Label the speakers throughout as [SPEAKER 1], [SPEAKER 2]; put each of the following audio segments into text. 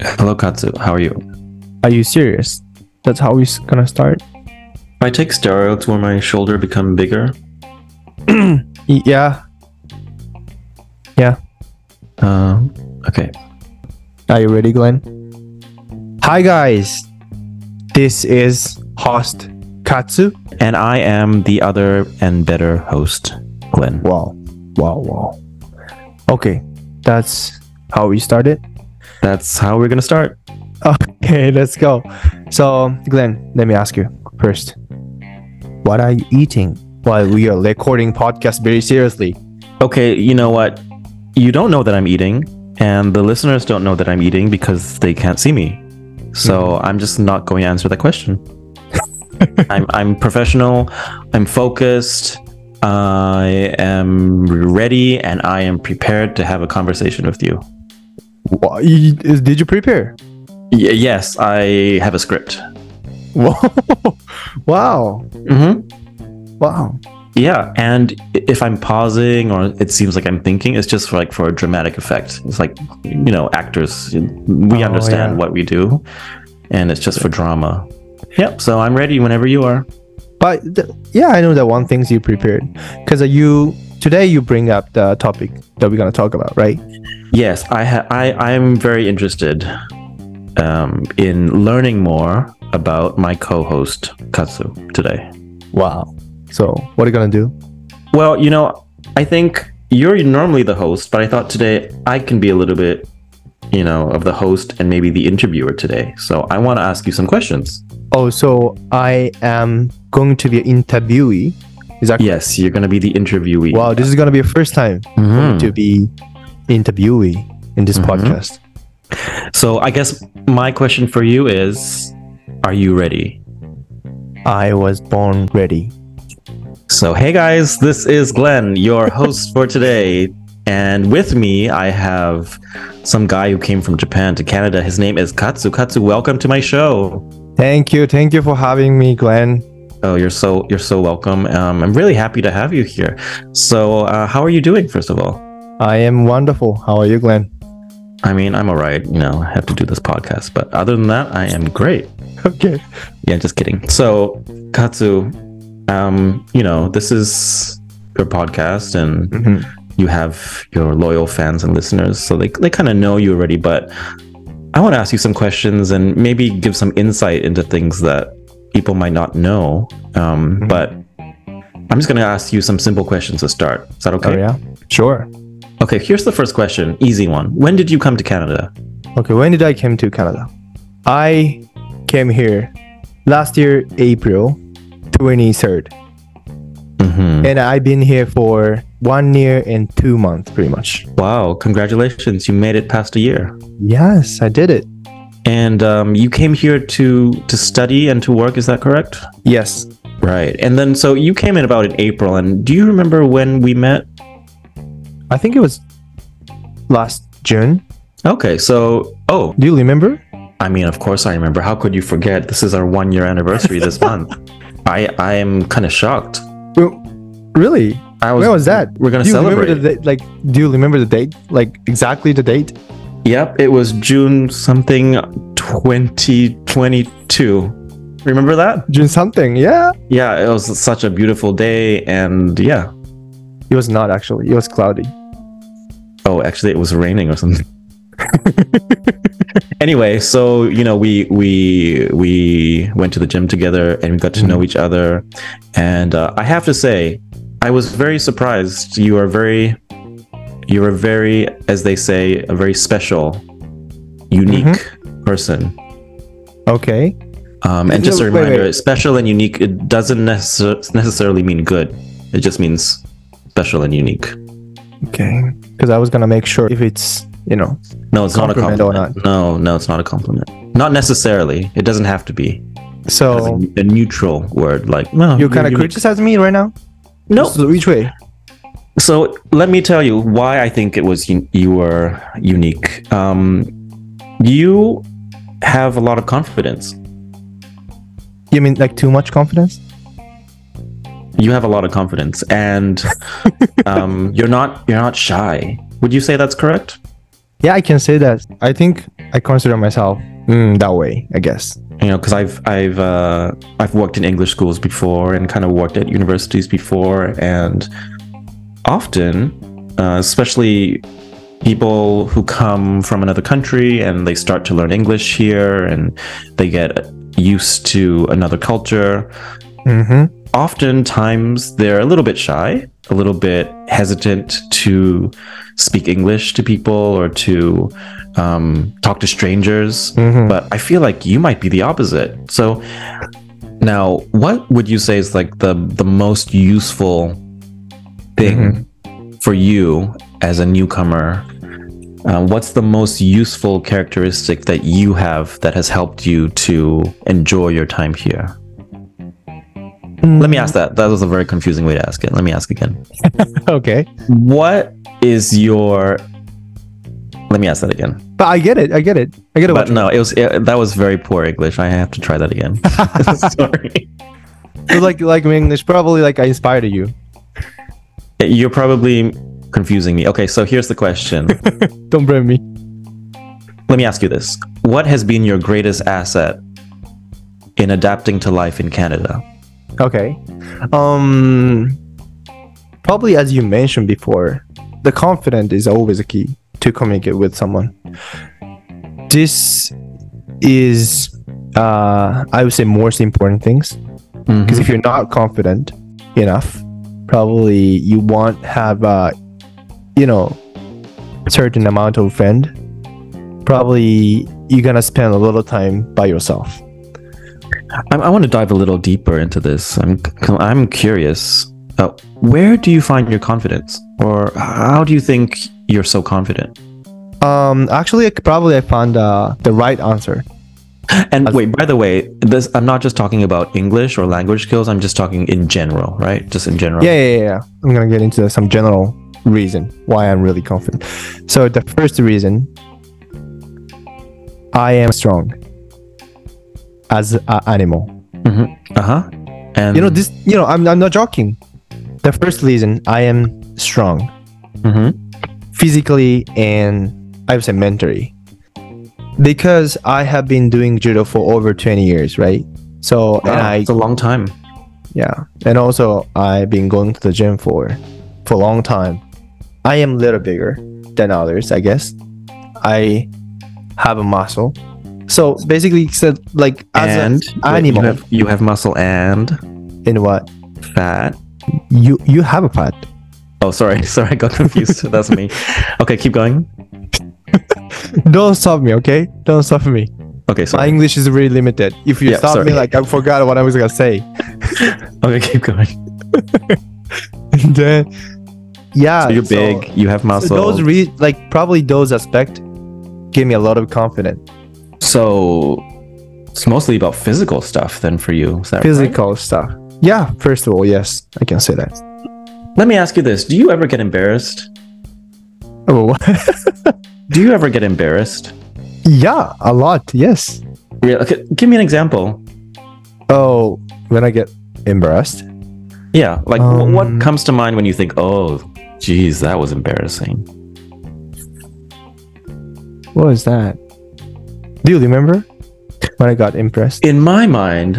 [SPEAKER 1] Hello, Katsu. How are you?
[SPEAKER 2] Are you serious? That's how we're gonna start?
[SPEAKER 1] If I take steroids, will my shoulder become bigger?
[SPEAKER 2] Y- Yeah.
[SPEAKER 1] Uh, okay.
[SPEAKER 2] Are you ready, Glenn? Hi, guys. This is host Katsu.
[SPEAKER 1] And I am the other and better host, Glenn.
[SPEAKER 2] Wow. Wow, wow. Okay, that's how we started.
[SPEAKER 1] That's how we're gonna start.
[SPEAKER 2] Okay, let's go. So, Glenn, let me ask you first. What are you eating while we are recording podcast very seriously?
[SPEAKER 1] Okay, you know what? You don't know that I'm eating, and the listeners don't know that I'm eating because they can't see me. So I'm just not going to answer that question. I'm I'm professional, I'm focused, I am ready, and I am prepared to have a conversation with you.
[SPEAKER 2] Wha- y- y- Did you prepare?
[SPEAKER 1] Y- yes, I have a script.
[SPEAKER 2] Whoa. wow.
[SPEAKER 1] Mm-hmm.
[SPEAKER 2] Wow.
[SPEAKER 1] Yeah, and i- if I'm pausing or it seems like I'm thinking, it's just for like for a dramatic effect. It's like you know, actors we
[SPEAKER 2] Oh,
[SPEAKER 1] understand
[SPEAKER 2] yeah.
[SPEAKER 1] what we do, and it's just for drama. Yep. So I'm ready whenever you are.
[SPEAKER 2] But th- yeah, I know that one things you prepared because you today you bring up the topic that we're gonna talk about, right?
[SPEAKER 1] Yes, I ha- I I'm very interested um, in learning more about my co-host Katsu today.
[SPEAKER 2] Wow. So what are you gonna do?
[SPEAKER 1] Well, you know, I think you're normally the host, but I thought today I can be a little bit, you know, of the host and maybe the interviewer today. So I want to ask you some questions.
[SPEAKER 2] Oh, so I am going to be an interviewee. Is that
[SPEAKER 1] Yes, you're going to be the interviewee.
[SPEAKER 2] wow? This is gonna be a first time for me
[SPEAKER 1] Mhm.
[SPEAKER 2] to be interviewee in this
[SPEAKER 1] Mhm.
[SPEAKER 2] podcast.
[SPEAKER 1] So I guess my question for you is are you ready?
[SPEAKER 2] I was born ready.
[SPEAKER 1] So, hey guys, this is Glenn, your host for today. And with me, I have some guy who came from Japan to Canada. His name is Katsu. Katsu, welcome to my show.
[SPEAKER 2] Thank you, thank you for having me, Glenn.
[SPEAKER 1] Oh, you're so you're so welcome. Um, I'm really happy to have you here. So, uh, how are you doing? First of all,
[SPEAKER 2] I am wonderful. How are you, Glenn?
[SPEAKER 1] I mean, I'm all right. You know, I have to do this podcast, but other than that, I am great.
[SPEAKER 2] Okay.
[SPEAKER 1] Yeah, just kidding. So, Katsu, um, you know, this is your podcast, and
[SPEAKER 2] Mhm.
[SPEAKER 1] you have your loyal fans and listeners, so they they kind of know you already. But I want to ask you some questions and maybe give some insight into things that people might not know. Um,
[SPEAKER 2] Mm-hmm.
[SPEAKER 1] But I'm just gonna ask you some simple questions to start. Is that okay?
[SPEAKER 2] Oh yeah. Sure.
[SPEAKER 1] Okay, here's the first question, easy one. When did you come to Canada?
[SPEAKER 2] Okay, when did I came to Canada? I came here last year April 23rd
[SPEAKER 1] hmm
[SPEAKER 2] and I've been here for 1 year and 2 months pretty much.
[SPEAKER 1] Wow, congratulations! You made it past a year.
[SPEAKER 2] Yes, I did it.
[SPEAKER 1] And um, you came here to to study and to work. Is that correct?
[SPEAKER 2] Yes.
[SPEAKER 1] Right. And then so you came in about in April. And do you remember when we met?
[SPEAKER 2] I think it was last June.
[SPEAKER 1] Okay. So oh,
[SPEAKER 2] Do you remember?
[SPEAKER 1] I mean, of course I remember. How could you forget? This is our one year anniversary this month. I I am kind of shocked.
[SPEAKER 2] Well, Oh, really?
[SPEAKER 1] I was.
[SPEAKER 2] Where was that?
[SPEAKER 1] We're gonna
[SPEAKER 2] do you
[SPEAKER 1] celebrate.
[SPEAKER 2] remember the date? like do you remember the date? Like exactly the date?
[SPEAKER 1] Yep, it was June something 2022. Remember that?
[SPEAKER 2] June something. Yeah.
[SPEAKER 1] Yeah, it was such a beautiful day and yeah.
[SPEAKER 2] It was not actually. It was cloudy.
[SPEAKER 1] Oh, actually it was raining or something. anyway, so you know, we we we went to the gym together and we got to
[SPEAKER 2] Mm-hmm.
[SPEAKER 1] know each other and uh, I have to say I was very surprised. You are very you are very as they say a very special unique person.
[SPEAKER 2] Okay.
[SPEAKER 1] Um, and just a
[SPEAKER 2] Mm-hmm. No, wait,
[SPEAKER 1] reminder,
[SPEAKER 2] wait.
[SPEAKER 1] special and unique it doesn't necess- necessarily mean good. It just means special and unique.
[SPEAKER 2] Okay. Cuz I was going to make sure if it's, you know,
[SPEAKER 1] No, it's not a
[SPEAKER 2] Compliment
[SPEAKER 1] compliment.
[SPEAKER 2] or
[SPEAKER 1] No, no, it's not a compliment. Not necessarily. It doesn't have to be. It's
[SPEAKER 2] So
[SPEAKER 1] a, a neutral word like no.
[SPEAKER 2] you kind of
[SPEAKER 1] unique.
[SPEAKER 2] criticize me right now?
[SPEAKER 1] No.
[SPEAKER 2] So which way?
[SPEAKER 1] So let me tell you why I think it was un- you were unique. Um, you have a lot of confidence.
[SPEAKER 2] You mean like too much confidence?
[SPEAKER 1] You have a lot of confidence, and um, you're not you're not shy. Would you say that's correct?
[SPEAKER 2] Yeah, I can say that. I think I consider myself mm, that way, I guess.
[SPEAKER 1] you know because i've i've uh i've worked in english schools before and kind of worked at universities before and often uh, especially people who come from another country and they start to learn english here and they get used to another culture
[SPEAKER 2] Mm-hmm.
[SPEAKER 1] oftentimes they're a little bit shy, a little bit hesitant to speak English to people or to um, talk to strangers.
[SPEAKER 2] Mhm.
[SPEAKER 1] But I feel like you might be the opposite. So now, what would you say is like the the most useful thing for you as a newcomer? Uh, what's the most useful characteristic that you have that has helped you to enjoy your time here? Let me ask that. That was a very confusing way to ask it. Let me ask again.
[SPEAKER 2] Okay.
[SPEAKER 1] What is your? Let me ask that again.
[SPEAKER 2] But I get it. I get it. I get it.
[SPEAKER 1] But no, it was it, that was very poor English. I have to try that again. Sorry.
[SPEAKER 2] So like like my English, probably like I inspired you.
[SPEAKER 1] You're probably confusing me. Okay, so here's the question.
[SPEAKER 2] Don't blame me.
[SPEAKER 1] Let me ask you this: What has been your greatest asset in adapting to life in Canada?
[SPEAKER 2] Okay. Um probably as you mentioned before, the confident is always a key to communicate with someone. This is uh I would say most important things because
[SPEAKER 1] Mhm.
[SPEAKER 2] if you're not confident enough, probably you won't have uh you know certain amount of friend. Probably you're gonna spend a little time by yourself.
[SPEAKER 1] I, I want to dive a little deeper into this. I'm I'm curious. Uh, where do you find your confidence, or how do you think you're so confident?
[SPEAKER 2] Um, actually, I c- probably I found uh, the right answer.
[SPEAKER 1] And wait, by the way, this I'm not just talking about English or language skills. I'm just talking in general, right? Just in general.
[SPEAKER 2] Yeah, yeah, yeah, yeah. I'm gonna get into some general reason why I'm really confident. So the first reason, I am strong as an animal.
[SPEAKER 1] Uh huh. And
[SPEAKER 2] You know this. You know, I'm I'm not joking. The first reason I am strong
[SPEAKER 1] mhm.
[SPEAKER 2] physically and I would say mentally. Because I have been doing judo for over 20 years, right? So
[SPEAKER 1] Wow,
[SPEAKER 2] and I
[SPEAKER 1] Ah, it's a long time.
[SPEAKER 2] yeah and also i've been going to the gym for for a long time i am a little bigger than others i guess i have a muscle so basically it's a- like as
[SPEAKER 1] and
[SPEAKER 2] an
[SPEAKER 1] wait,
[SPEAKER 2] animal
[SPEAKER 1] you have, you have muscle and
[SPEAKER 2] in what
[SPEAKER 1] fat.
[SPEAKER 2] you you have a fat
[SPEAKER 1] Oh, sorry, sorry, I got confused. That's me. Okay, keep going.
[SPEAKER 2] don't stop me okay don't stop me
[SPEAKER 1] Okay,
[SPEAKER 2] my
[SPEAKER 1] sorry.
[SPEAKER 2] english is really limited if you
[SPEAKER 1] Yeah,
[SPEAKER 2] stop
[SPEAKER 1] sorry.
[SPEAKER 2] me like i forgot what i was gonna say
[SPEAKER 1] Okay, keep going.
[SPEAKER 2] then yeah
[SPEAKER 1] so you're
[SPEAKER 2] so-
[SPEAKER 1] big. You have
[SPEAKER 2] so
[SPEAKER 1] muscle.
[SPEAKER 2] those re- like probably those aspect give me a lot of confidence
[SPEAKER 1] So it's mostly about physical stuff then for you. Is that right?
[SPEAKER 2] physical stuff. Yeah, first of all, yes, I can say that.
[SPEAKER 1] Let me ask you this. Do you ever get embarrassed?
[SPEAKER 2] Oh,
[SPEAKER 1] Do you ever get embarrassed?
[SPEAKER 2] yeah, a lot. Yes.
[SPEAKER 1] Re- okay, give me an example.
[SPEAKER 2] Oh, when I get embarrassed,
[SPEAKER 1] Yeah. Like wh- what
[SPEAKER 2] Um,
[SPEAKER 1] comes to mind when you think, oh, geez, that was embarrassing?
[SPEAKER 2] what was that? Do you remember when I got impressed?
[SPEAKER 1] In my mind,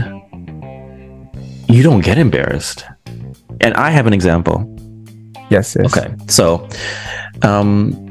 [SPEAKER 1] you don't get embarrassed. And I have an example.
[SPEAKER 2] Yes. yes.
[SPEAKER 1] Okay. So, um,